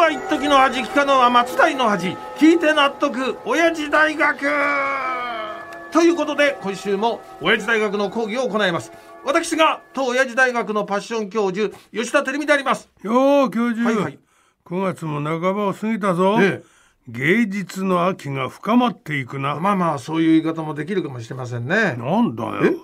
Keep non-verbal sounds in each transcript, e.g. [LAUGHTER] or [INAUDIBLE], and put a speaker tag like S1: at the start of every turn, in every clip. S1: は一時の味聞かぬは松代の味聞いて納得親父大学ということで今週も親父大学の講義を行います私が当親父大学のパッション教授吉田照美であります
S2: よう教授、
S1: はいはい
S2: 9月も半ばを過ぎたぞ、
S1: ええ
S2: 芸術の秋が深まっていくな、
S1: まあまあそういう言い方もできるかもしれませんね
S2: なんだよ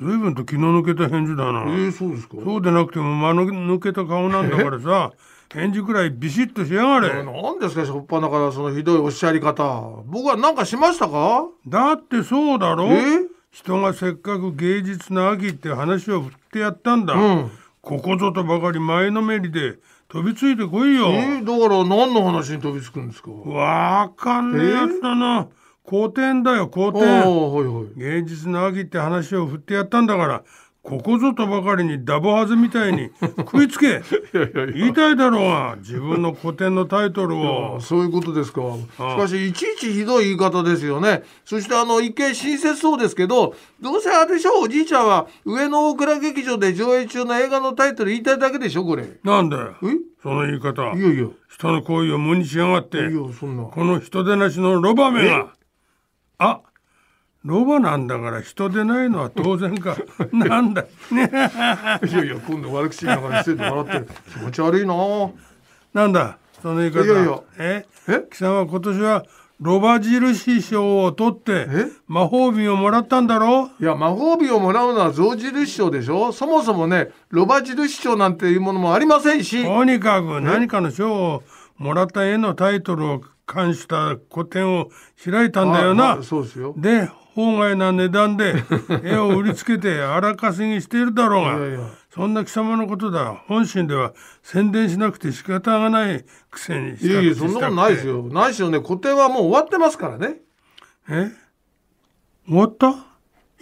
S2: 随分と気の抜けた返事だな、
S1: えー、そうですか
S2: そうでなくても間の抜けた顔なんだからさ返事くらいビシッとしやがれ
S1: 何ですかしょっぱなからそのひどいおっしゃり方僕は何かしましたか
S2: だってそうだろ
S1: え
S2: 人がせっかく芸術の秋って話を振ってやったんだ、
S1: うん
S2: ここぞとばかり前のめりで飛びついてこいよ、
S1: えー、だから何の話に飛びつくんですか
S2: わかんねえやつだな好天だよ好
S1: ああ
S2: 天
S1: はいはい
S2: 芸術の秋って話を振ってやったんだからここぞとばかりにダボハズみたいに食い
S1: [LAUGHS]
S2: つけ言いたいだろうが自分の古典のタイトル
S1: あ
S2: を
S1: そういうことですか。しかし、いちいちひどい言い方ですよね。そして、あの、一見親切そうですけど、どうせあれでしょ、おじいちゃんは、上野大倉劇場で上映中の映画のタイトル言いたいだけでしょ、これ。え
S2: なんだよ
S1: い
S2: その言い方
S1: やいや、い
S2: 人の行為を無にしやがって
S1: や、そんな。
S2: この人でなしのロバめがあロバなんだから人でないのは当然
S1: [LAUGHS]
S2: かなんだね
S1: [LAUGHS] いやいや、今度悪口言いながらしてて笑ってる。気持ち悪いなぁ。
S2: なんだその言い方
S1: いやいや
S2: え
S1: え
S2: 貴様は今年はロバ印賞を取って
S1: え
S2: 魔法瓶をもらったんだろ
S1: いや、魔法瓶をもらうのは象印賞でしょそもそもね、ロバ印賞なんていうものもありませんし。
S2: とにかく何かの賞をもらった絵のタイトルを冠した個展を開いたんだよ
S1: あ
S2: な
S1: まあそうですよ。
S2: で法外な値段で絵を売りつけて荒稼ぎしているだろうが
S1: いやいや
S2: そんな貴様のことだ本心では宣伝しなくて仕方がないくせにし
S1: いやいや、そんなことないです
S2: よ
S1: よ。ないしよね、固定はもう終わってますからね。
S2: え終わった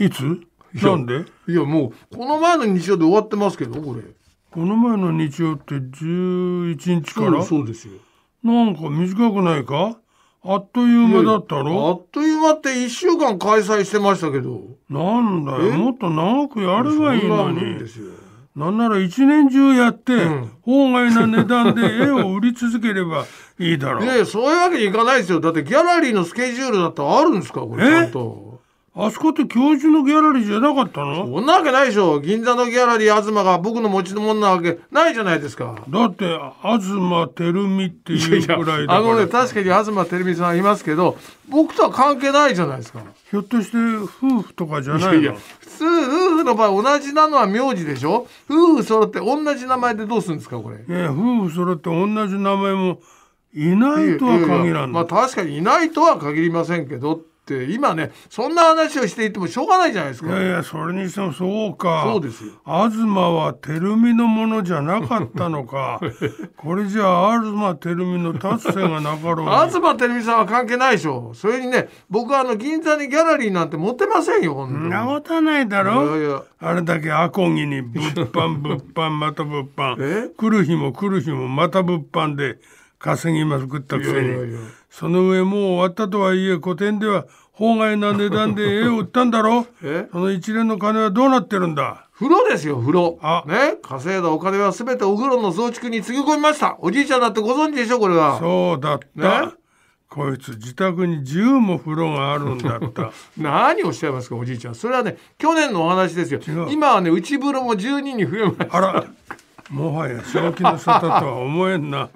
S2: いつなんで
S1: いやもうこの前の日曜で終わってますけどこれ
S2: この前の日曜って11日から
S1: そうですよ
S2: なんか短くないかあっという間だった
S1: あ
S2: ろ
S1: っという間って1週間開催してましたけど
S2: なんだよ
S1: え
S2: もっと長くやればいいの
S1: そんなもんで
S2: に
S1: すよ
S2: なんなら一年中やって、
S1: うん
S2: 法外な値段で絵を売り続ければいいだろ
S1: いうやいやそういうわけにいかないですよだってギャラリーのスケジュールだってあるんですかこれ
S2: え
S1: ちゃんと
S2: あそこって教授のギャラリーじゃなかったの
S1: そんなわけないでしょ銀座のギャラリー東が僕の持ち物なわけないじゃないですか
S2: だって東照美っていうくらいだ
S1: あ
S2: か
S1: の
S2: ら
S1: ね確かに東照美さんいますけど僕とは関係ないじゃないですか
S2: ひょっとして夫婦とかじゃ
S1: い
S2: な
S1: や
S2: いの
S1: いや普通夫婦の場合同じなのは名字でしょ夫婦揃って同じ名前でどうするんですかこれ
S2: いや夫婦揃って同じ名前もいないとは限らん
S1: まあ
S2: の
S1: 確かにいないとは限りませんけどって今ねそんな話をしていてもしょうがないじゃないです
S2: い
S1: か。
S2: やいやそれにしてもそうか
S1: そうですよ
S2: 東は照美のものじゃなかった
S1: [LAUGHS]
S2: のかこれじゃあ東照美の達成がなかろうに
S1: 東照美さんは関係ないでしょそれにね僕はあの銀座にギャラリーなんて持ってませんよ本当
S2: そん
S1: に
S2: なことはないだろ
S1: いやいや
S2: あれだけアコギに物販物
S1: [LAUGHS]
S2: 販また物販
S1: え
S2: 来る日も来る日もまた物販で稼ぎまくったくせに
S1: いやいやいや
S2: その上もう終わったとはいえ古典では法外な値段で絵を売ったんだろ
S1: え
S2: その一連の金はどうなってるんだ
S1: 風呂ですよ風呂
S2: あ
S1: ね稼いだお金は全てお風呂の増築につぎ込みましたおじいちゃんだってご存知でしょこれは
S2: そうだった、
S1: ね
S2: こいつ自宅に10も風呂があるんだった
S1: [LAUGHS] 何をおっしゃいますかおじいちゃんそれはね去年のお話ですよ
S2: 違う
S1: 今はね内風呂も12に増えました
S2: あらもはや正気の沙汰とは思えんな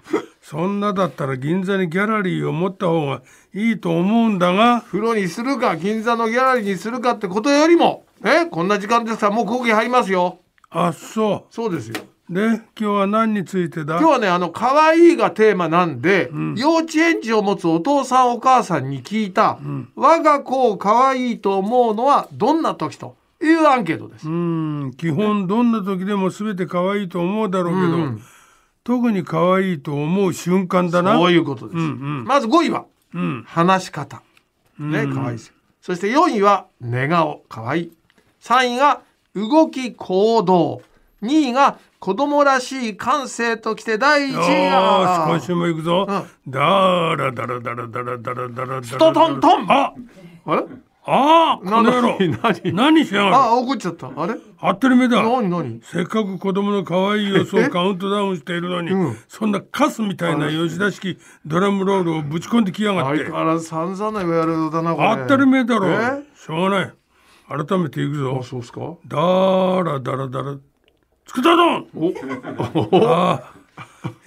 S2: そんなだったら銀座にギャラリーを持った方がいいと思うんだが
S1: 風呂にするか銀座のギャラリーにするかってことよりもえこんな時間ですからもう講義入りますよ
S2: あっそ
S1: そうですよ
S2: うで今日は何についてだ
S1: 今日はねあの可愛いがテーマなんで、幼稚園児を持つお父さんお母さんに聞いた、我が子を可愛いと思うのはどんな時というアンケートです、
S2: うん基本どんな時でも全て可愛いと思うだろうけど、
S1: うん
S2: 特に可愛いと思う瞬間だな
S1: そういうことです、
S2: うんうん
S1: まず5位は
S2: うん
S1: 話し方ね可愛いですそして4位は寝顔可愛い3位が動き行動2位が子供らしい感性ときて第1
S2: よ
S1: 位
S2: ーし
S1: が
S2: 今週も行くぞ、
S1: う
S2: だらだらだらだらだらだらだら
S1: トトントン
S2: あ
S1: あれ
S2: ああこの野郎
S1: ななに
S2: 何しやがる
S1: あ怒っちゃったあれ
S2: はってる目だ
S1: 何何
S2: せっかく子供の可愛い様子をカウントダウンしているのに、
S1: うん
S2: そんなカスみたいな吉田式ドラムロールをぶち込んできやがっ
S1: 相
S2: て
S1: 変わらず散々なやるようだなこれ
S2: あったりめえだろ
S1: え
S2: しょうがない改めていくぞ
S1: あそうっすかお
S2: だらだらだらつくたどん [LAUGHS] ああ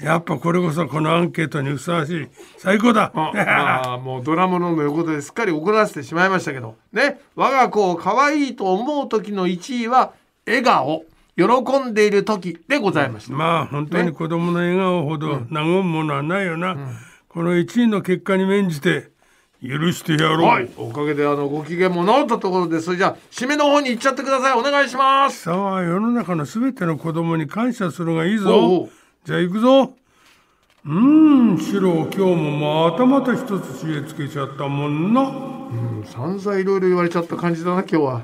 S2: やっぱこれこそこのアンケートにふさわしい最高だ
S1: ああもうドラムロールの横ですっかり怒らせてしまいましたけどね我が子を可愛いと思う時の1位は笑顔喜んでいる時でございました、
S2: まあ本当に子供の笑顔ほど和むものはないよな、この1位の結果に免じて許してやろう、
S1: はいおかげであのご機嫌も治ったところでそれじゃあ締めの方に行っちゃってくださいお願いします
S2: さあ世の中のすべての子供に感謝するがいいぞ
S1: おうおう
S2: じゃあ行くぞうーんシロ今日もまたまた一つ知恵つけちゃったもんな
S1: 散々いろいろ言われちゃった感じだな今日は